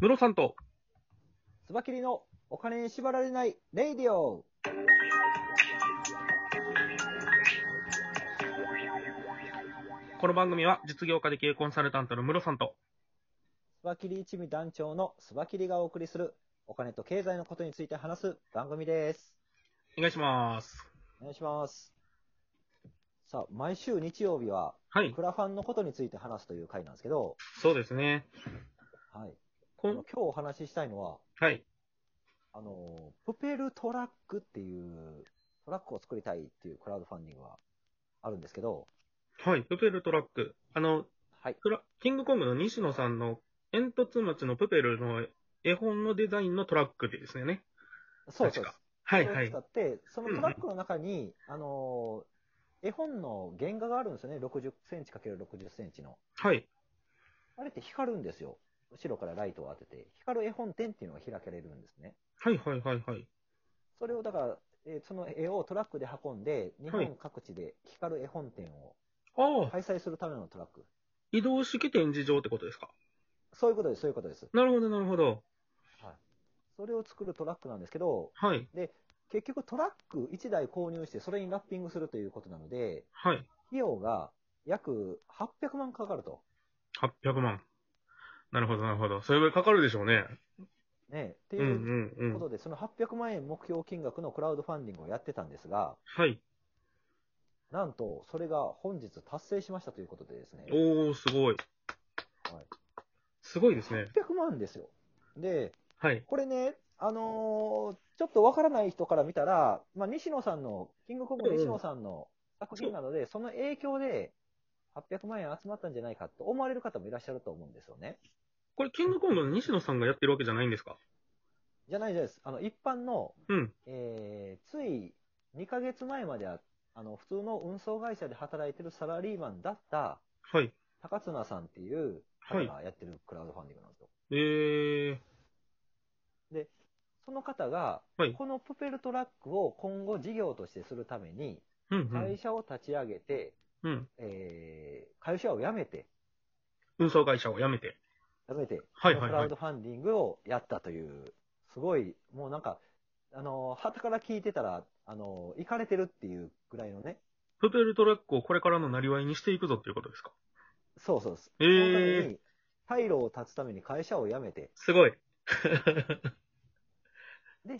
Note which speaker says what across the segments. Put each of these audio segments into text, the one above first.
Speaker 1: ムロさんと、
Speaker 2: つばきりのお金に縛られないレイディオ。
Speaker 1: この番組は実業家で経営コンサルタントのムロさんと、
Speaker 2: つばきり一味団長のつばきりがお送りするお金と経済のことについて話す番組です。
Speaker 1: お願いします。
Speaker 2: お願いします。さあ、毎週日曜日は
Speaker 1: はい、
Speaker 2: クラファンのことについて話すという回なんですけど、
Speaker 1: そうですね。
Speaker 2: はい。あ
Speaker 1: こ
Speaker 2: の
Speaker 1: ん
Speaker 2: 今日お話ししたいのは、
Speaker 1: はい、
Speaker 2: あの、プペルトラックっていう、トラックを作りたいっていうクラウドファンディングがあるんですけど、
Speaker 1: はい、プペルトラック。あの、
Speaker 2: はい。
Speaker 1: クラキングコングの西野さんの煙突町のプペルの絵本のデザインのトラックですよね。
Speaker 2: そうそうです。
Speaker 1: はい、
Speaker 2: そ
Speaker 1: は
Speaker 2: れを
Speaker 1: い
Speaker 2: 使。って、そのトラックの中に、あのー絵本の原画があるんですよね。60センチ ×60 センチの。
Speaker 1: はい。
Speaker 2: あれって光るんですよ。後ろからライトを当てて。光る絵本展っていうのが開かれるんですね。
Speaker 1: はい、はい、はい、はい。
Speaker 2: それをだから、えーその絵をトラックで運んで、日本各地で光る絵本展を
Speaker 1: ああ、
Speaker 2: 開催するためのトラック。
Speaker 1: 移動式展示場ってことですか。
Speaker 2: そういうことです、そういうことです。
Speaker 1: なるほど、なるほど。
Speaker 2: はい。それを作るトラックなんですけど、
Speaker 1: はい、
Speaker 2: 結局トラック1台購入して、それにラッピングするということなので、
Speaker 1: はい。
Speaker 2: 費用が約800万かかると。
Speaker 1: 800万。なるほど、なるほど。それぐらいかかるでしょうね。
Speaker 2: ね、って
Speaker 1: う
Speaker 2: い
Speaker 1: ん、う、
Speaker 2: ううん
Speaker 1: う
Speaker 2: こ
Speaker 1: ん。
Speaker 2: とで、その800万円目標金額のクラウドファンディングをやってたんですが、
Speaker 1: はい。
Speaker 2: なんと、それが本日達成しましたということでですね、
Speaker 1: おー、すごい。
Speaker 2: はい
Speaker 1: すごいですね。
Speaker 2: 800万ですよ。で、
Speaker 1: はい。
Speaker 2: これね、あのーちょっとわからない人から見たら、まあ、西野さんの、キングコングの西野さんの作品なので、その影響で800万円集まったんじゃないかと思われる方もいらっしゃると思うんですよね。
Speaker 1: これ、キングコングの西野さんがやってるわけじゃないんですか
Speaker 2: じゃないです。あの、一般の、
Speaker 1: うん。
Speaker 2: えーつい2ヶ月前までは、あの、普通の運送会社で働いてるサラリーマンだった、
Speaker 1: はい。
Speaker 2: 高綱さんっていう
Speaker 1: は
Speaker 2: 方
Speaker 1: い。
Speaker 2: がやってるクラウドファンディングなんですよ。
Speaker 1: えー、
Speaker 2: その方が、
Speaker 1: はい
Speaker 2: このプペルトラックを今後事業としてするために、
Speaker 1: うん、
Speaker 2: 会社を立ち上げて、
Speaker 1: うん。うん。
Speaker 2: えー会社を辞めて、
Speaker 1: 運送会社を辞めて。
Speaker 2: 辞めて、
Speaker 1: はいはいはい
Speaker 2: クラウドファンディングをやったという、すごい、もうなんか、あの、旗から聞いてたら、あの、行かれてるっていうぐらいのね、
Speaker 1: プペルトラックをこれからのなりわいにしていくぞっていうことですか
Speaker 2: そうそうです。
Speaker 1: え
Speaker 2: そのため
Speaker 1: ー、
Speaker 2: に、退路を断つために会社を辞めて、
Speaker 1: すごい。
Speaker 2: で、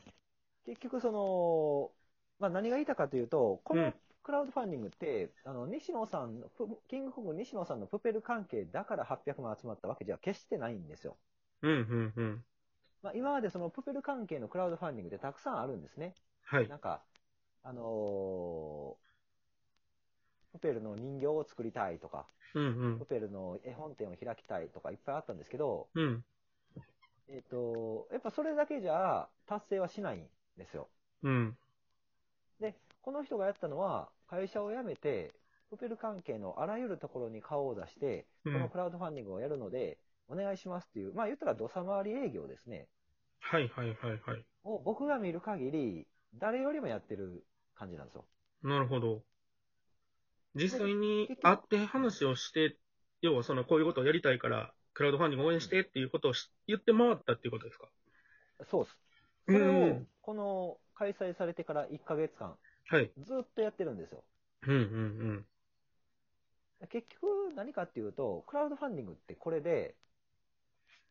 Speaker 2: 結局その、まあ、何が言いたかというと、こ
Speaker 1: う
Speaker 2: の
Speaker 1: ん
Speaker 2: クラウドファンディングって、あの、西野さんの、プキングコング西野さんのプペル関係だから800万集まったわけじゃ決してないんですよ。
Speaker 1: うん、うん、うん。
Speaker 2: まあ、今までそのプペル関係のクラウドファンディングってたくさんあるんですね。
Speaker 1: はい
Speaker 2: な。んか、あのープペルの人形を作りたいとか、
Speaker 1: うん、うん
Speaker 2: プ。ペルの絵本店を開きたいとかいっぱいあったんですけど、
Speaker 1: うん。
Speaker 2: えっ、と、やっぱそれだけじゃ達成はしないんですよ。
Speaker 1: うん。
Speaker 2: で、この人がやったのは、会社を辞めて、プペル関係のあらゆるところに顔を出して、
Speaker 1: う
Speaker 2: こ
Speaker 1: ん
Speaker 2: のクラウドファンディングをやるので、お願いしますっていう、まあ言ったら土佐回り営業ですね。
Speaker 1: はい、はい、はい、はい。
Speaker 2: を僕が見る限り、誰よりもやってる感じなんですよ。
Speaker 1: なるほど。実際に会って話をして、要はそのこういうことをやりたいから、クラウドファンディング応援してっていうことをし言って回ったっていうことですか
Speaker 2: そうです。それ
Speaker 1: うんう
Speaker 2: を
Speaker 1: ん、
Speaker 2: この開催されてから1ヶ月間、
Speaker 1: はい。
Speaker 2: ずっとやってるんですよ。
Speaker 1: うんうん
Speaker 2: 結局何かっていうと、クラウドファンディングってこれで、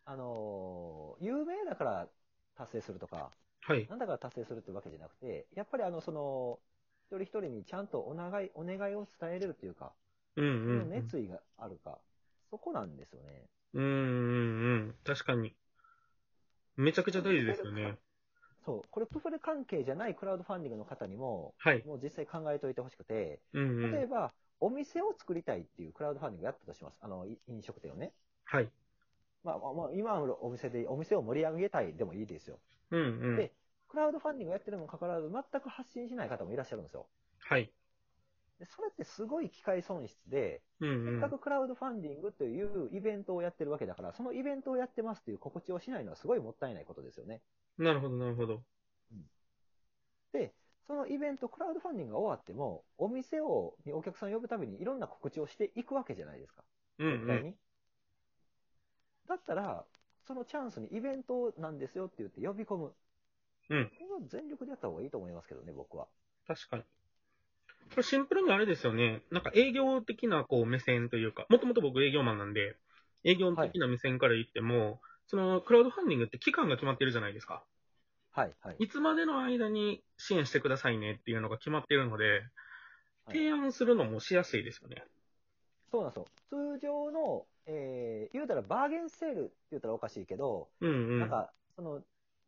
Speaker 2: あのー有名だから達成するとか、
Speaker 1: うん。はい。
Speaker 2: なんだから達成するってわけじゃなくて、やっぱりあの、その、一人一人にちゃんとお願い、お願いを伝えれるというか、
Speaker 1: うん
Speaker 2: そ
Speaker 1: うん
Speaker 2: の
Speaker 1: うん。
Speaker 2: 熱意があるか、そこなんですよね。
Speaker 1: うんうんうん。確かに。めちゃくちゃ大事ですよね。
Speaker 2: そう、これプフレ関係じゃないクラウドファンディングの方にも、
Speaker 1: はい。
Speaker 2: もう実際考えておいてほしくて、
Speaker 1: うんう
Speaker 2: 例え
Speaker 1: ん。
Speaker 2: ば、お店を作りたいっていうクラウドファンディングやったとします。あの、い飲食店をね。
Speaker 1: はい。
Speaker 2: まあ、まあまあ、今のお店で、お店を盛り上げたいでもいいですよ。
Speaker 1: うんうん
Speaker 2: で。クラウドファンディングやってるにもかかわらず、全く発信しない方もいらっしゃるんですよ。
Speaker 1: はい。
Speaker 2: でそれってすごい機械損失で、
Speaker 1: うん
Speaker 2: せっ
Speaker 1: うん
Speaker 2: か。くクラウドファンディングというイベントをやってるわけだから、そのイベントをやってますという告知をしないのはすごいもったいないことですよね。
Speaker 1: なるほど、なるほど。
Speaker 2: で、そのイベント、クラウドファンディングが終わっても、お店を、にお客さんを呼ぶためにいろんな告知をしていくわけじゃないですか。
Speaker 1: うんう
Speaker 2: 絶対
Speaker 1: ん。
Speaker 2: に。だったら、そのチャンスにイベントなんですよって言って呼び込む。
Speaker 1: うん
Speaker 2: これは全力でやった方がいいと思いますけどね、僕は。
Speaker 1: 確かに。これシンプルにあれですよね。なんか営業的なこう目線というか、もともと僕営業マンなんで、営業的な目線から言っても、そのクラウドファンディングって期間が決まってるじゃないですか。
Speaker 2: はい、はい。
Speaker 1: いつまでの間に支援してくださいねっていうのが決まってるので、
Speaker 2: はい
Speaker 1: 提案するのもしやすいですよね。
Speaker 2: そうなんですよ。通常の、えー、言うたらバーゲンセールって言ったらおかしいけど、
Speaker 1: うんうん。
Speaker 2: なんか、その、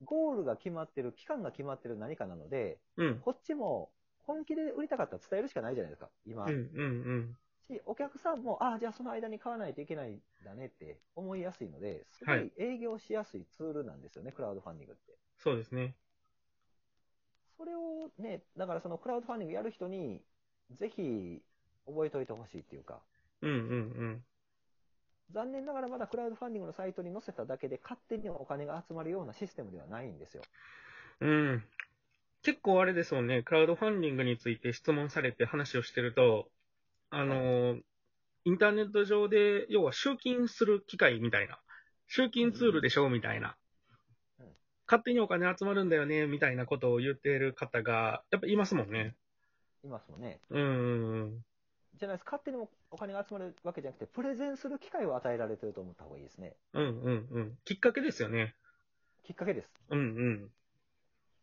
Speaker 2: ゴールが決まってる、期間が決まってる何かなので、
Speaker 1: うん。
Speaker 2: こっちも本気で売りたかったら伝えるしかないじゃないですか、今。
Speaker 1: うんうんうん。
Speaker 2: し、お客さんも、ああ、じゃあその間に買わないといけないんだねって思いやすいので、すご
Speaker 1: はい
Speaker 2: い営業しやすいツールなんですよね、クラウドファンディングって。
Speaker 1: そうですね。
Speaker 2: それをね、だからそのクラウドファンディングやる人に、ぜひ覚えておいてほしいっていうか、
Speaker 1: うんうん
Speaker 2: 残念ながらまだクラウドファンディングのサイトに載せただけで勝手にお金が集まるようなシステムではないんですよ。
Speaker 1: うん。うん。結構あれですもんね、クラウドファンディングについて質問されて話をしてると、あのーインターネット上で、要は集金する機械みたいな、集金ツールでしょみたいな
Speaker 2: うん、
Speaker 1: 勝手にお金集まるんだよねみたいなことを言っている方が、やっぱいますもんね。
Speaker 2: いますもんね。
Speaker 1: うんうんうん。
Speaker 2: じゃないです。勝手にもお金が集まるわけじゃなくて、プレゼンする機会を与えられてると思った方がいいですね。
Speaker 1: うんうんうん。きっかけですよね。
Speaker 2: きっかけです。
Speaker 1: うんうん。
Speaker 2: き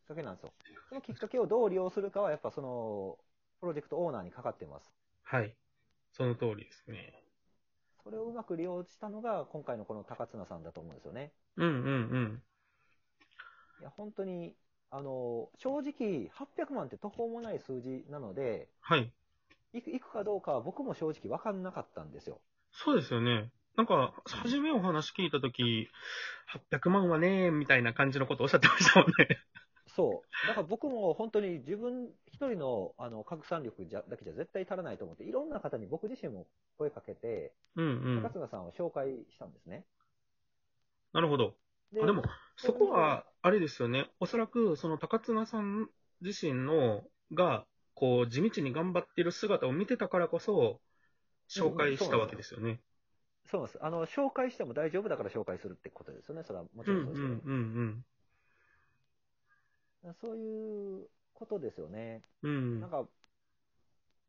Speaker 2: っかけなんですよ。そのきっかけをどう利用するかは、やっぱその、プロジェクトオーナーにかかってます。
Speaker 1: はい。その通りですね。
Speaker 2: それをうまく利用したのが、今回のこの高綱さんだと思うんですよね。
Speaker 1: うんうん
Speaker 2: いや、本当に、あの、正直、800万って途方もない数字なので、
Speaker 1: はい。
Speaker 2: いくいくかどうかは僕も正直分かんなかったんですよ。
Speaker 1: そうですよね。なんか、初めお話聞いたとき、800万はね、みたいな感じのことおっしゃってましたもんね。
Speaker 2: そう。だから僕も本当に自分一人のあの拡散力じゃだけじゃ絶対足らないと思って、いろんな方に僕自身も声かけて、
Speaker 1: うんうん
Speaker 2: 高。綱さんを紹介したんですね。
Speaker 1: なるほど。
Speaker 2: で
Speaker 1: でも、そこは、あれですよね。おそらく、その高綱さん自身の、が、こう、地道に頑張ってる姿を見てたからこそ、紹介したわけですよね。
Speaker 2: そうなんです。あの、紹介しても大丈夫だから紹介するってことですよね。それはもち
Speaker 1: う
Speaker 2: ろ
Speaker 1: ん
Speaker 2: んそう
Speaker 1: う
Speaker 2: ですけ
Speaker 1: ん
Speaker 2: ど、
Speaker 1: うん
Speaker 2: そういうことですよね。
Speaker 1: うん。う
Speaker 2: なん
Speaker 1: ん。
Speaker 2: か、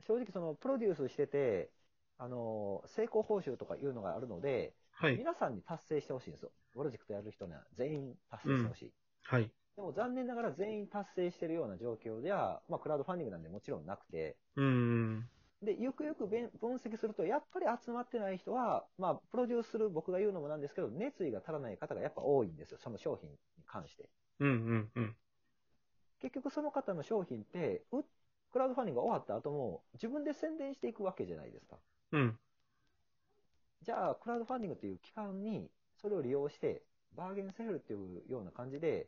Speaker 2: 正直その、プロデュースしてて、あの、成功報酬とかいうのがあるので、
Speaker 1: はい。
Speaker 2: 皆さんに達成してほしいんですよ。プロジェクトやる人には全員達成してほしい。
Speaker 1: はい。
Speaker 2: でも残念ながら全員達成してるような状況では、まあ、クラウドファンディングなんでもちろんなくて、
Speaker 1: うんうん。
Speaker 2: で、ゆくゆくべん分析すると、やっぱり集まってない人は、まあ、プロデュースする僕が言うのもなんですけど、熱意が足らない方がやっぱ多いんですよ、その商品に関して。
Speaker 1: うんうんうん。
Speaker 2: 結局その方の商品って、うクラウドファンディングが終わった後も、自分で宣伝していくわけじゃないですか。
Speaker 1: うん。
Speaker 2: じゃあ、クラウドファンディングという期間に、それを利用して、バーゲンセールっていうような感じで、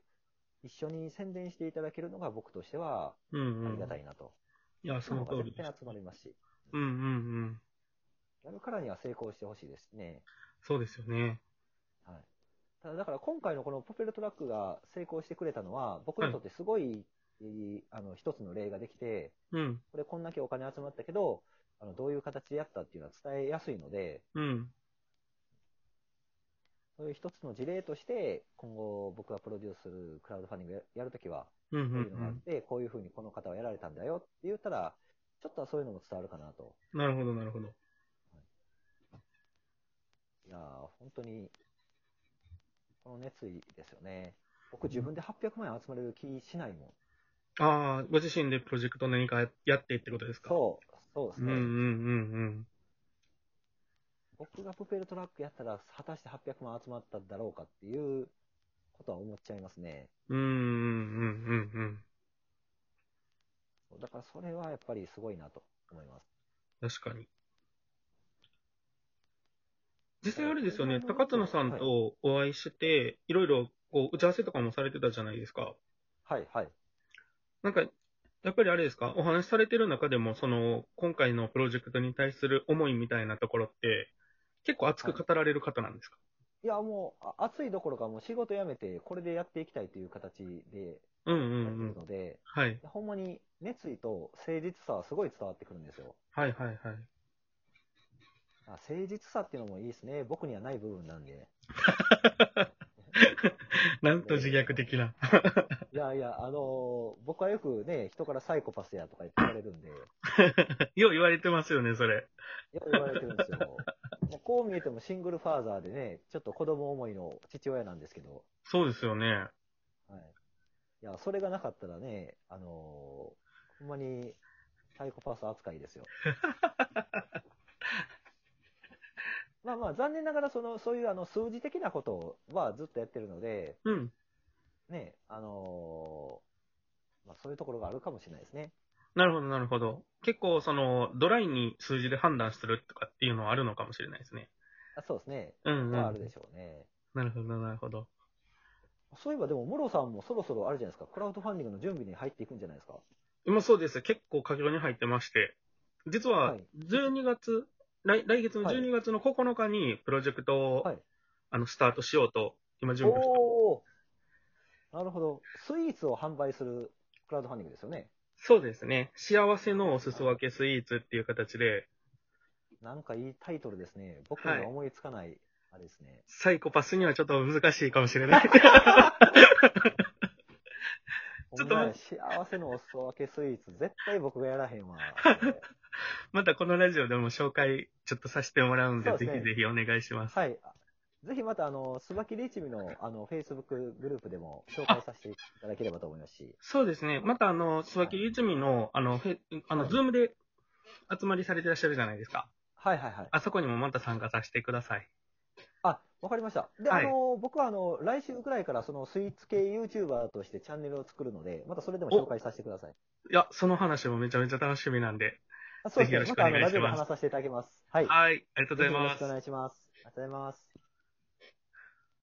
Speaker 2: 一緒に宣伝していただけるのが僕としては
Speaker 1: うんうん。
Speaker 2: ありがたいなと。
Speaker 1: いや、その
Speaker 2: 方が
Speaker 1: 通り
Speaker 2: 絶
Speaker 1: で
Speaker 2: 対
Speaker 1: す。
Speaker 2: 集まりますし、
Speaker 1: うんうんうん。
Speaker 2: やるからには成功してほしいですね。
Speaker 1: そうですよね。
Speaker 2: はい。ただ、だから今回のこのポペルトラックが成功してくれたのは、僕にとってすごい、えーあの、一つの例ができて、
Speaker 1: うん、
Speaker 2: これこんだけお金集まったけど、あの、どういう形でやったっていうのは伝えやすいので、
Speaker 1: うん。
Speaker 2: そういう一つの事例として、今後僕がプロデュースするクラウドファンディングややるときは、
Speaker 1: うん、う
Speaker 2: こ
Speaker 1: ん
Speaker 2: う
Speaker 1: う
Speaker 2: いうのがあっ
Speaker 1: ん。
Speaker 2: て、こういうふうにこの方はやられたんだよって言ったら、ちょっとはそういうのも伝わるかなと。
Speaker 1: なるほど、なるほど。
Speaker 2: いやー本当に、この熱意ですよね。僕自分で800万円集まれる気しないもん。
Speaker 1: ああ、ご自身でプロジェクト何かややってってことですかう。
Speaker 2: そう、そうです
Speaker 1: うん、う
Speaker 2: ね。
Speaker 1: ん、うん、
Speaker 2: 僕がプペルトラックやったら、果たして800万集まったんだろうかっていうことは思っちゃいますね。
Speaker 1: うん。うん、うん、うん、うん。
Speaker 2: だからそれはやっぱりすごいなと思います。
Speaker 1: 確かに。実際あれですよね、高綱さんとお会いしてて、いろいろこう打ち合わせとかもされてたじゃないですか。
Speaker 2: はい、はい。
Speaker 1: なんか、やっぱりあれですか、お話しされてる中でも、その、今回のプロジェクトに対する思いみたいなところって、結構熱く語られる方なんですか、
Speaker 2: いや、もう、あ暑いどころかもう仕事辞めて、これでやっていきたいという形で
Speaker 1: うんう
Speaker 2: や
Speaker 1: ん
Speaker 2: って
Speaker 1: う
Speaker 2: る
Speaker 1: ん。
Speaker 2: ので、
Speaker 1: はい。
Speaker 2: ほんまに熱意と誠実さはすごい伝わってくるんですよ。
Speaker 1: はいはいはい。
Speaker 2: あ誠実さっていうのもいいですね。僕にはない部分なんで。
Speaker 1: なんと自虐的な。
Speaker 2: いやいや、あのー僕はよくね、人からサイコパスやとか言って言われるんで、
Speaker 1: よう
Speaker 2: よ
Speaker 1: 言われてますよね、それ。
Speaker 2: く言われてるんですよ。もうこう見えてもシングルファーザーでね、ちょっと子供思いの父親なんですけど、
Speaker 1: そうですよね。
Speaker 2: はい。いや、それがなかったらね、あのーほんまにサイコパス扱いですよ。まあまあ、残念ながら、その、そういうあの、数字的なことはずっとやってるので、
Speaker 1: うん。
Speaker 2: ね、あのーまあそういうところがあるかもしれないですね。
Speaker 1: なるほど、なるほど。結構、その、ドライに数字で判断するとかっていうのはあるのかもしれないですね。
Speaker 2: あそうですね。
Speaker 1: うん、うん。
Speaker 2: はあるでしょうね。
Speaker 1: なるほど、なるほど。
Speaker 2: そういえばでも、ムロさんもそろそろあるじゃないですか、クラウドファンディングの準備に入っていくんじゃないですか。
Speaker 1: 今そうです。結構佳境に入ってまして。実は
Speaker 2: はい、
Speaker 1: 12月、来、来月の12月の9日にプロジェクトを、
Speaker 2: はい
Speaker 1: あの、スタートしようと、今準備してます。
Speaker 2: おおーなるほど。スイーツを販売するクラウドファンディングですよね。
Speaker 1: そうですね。幸せのお裾分けスイーツっていう形で、
Speaker 2: なんかいいタイトルですね。僕には思いつかない、あれですね。
Speaker 1: サイコパスにはちょっと難しいかもしれ ない。ちょっと
Speaker 2: お前幸せのお裾分けスイーツ、絶対僕がやらへんわ。
Speaker 1: またこのラジオでも紹介ちょっとさせてもらうんで、
Speaker 2: そう
Speaker 1: ぜ
Speaker 2: です
Speaker 1: ひぜ
Speaker 2: ね
Speaker 1: ひお願いします。
Speaker 2: はい。ぜひまた、あの、すばきりちみの、あの、Facebook グループでも紹介させていただければと思いますし。
Speaker 1: そうですね。またあの、諏訪木泉の、あの、フェあの、
Speaker 2: はい
Speaker 1: ズームで集まりされてらっしゃるじゃないですか。
Speaker 2: はいはいはい。
Speaker 1: あそこにもまた参加させてください。
Speaker 2: あ、わかりました。で、
Speaker 1: はい
Speaker 2: あの、僕はあの、来週くらいからそのスイーツ系 YouTuber としてチャンネルを作るので、またそれでも紹介させてください。
Speaker 1: いや、その話もめちゃめちゃ楽しみなんで。
Speaker 2: あそうです
Speaker 1: ぜ
Speaker 2: ね。
Speaker 1: ひよろし
Speaker 2: ま
Speaker 1: くお
Speaker 2: たあ
Speaker 1: 願い
Speaker 2: の、
Speaker 1: します
Speaker 2: ラジオで話させていただきます。はい。
Speaker 1: はい、ありがとうござい
Speaker 2: ぜひよろ
Speaker 1: ま
Speaker 2: しく
Speaker 1: す
Speaker 2: お。願いします。ありがとうございます。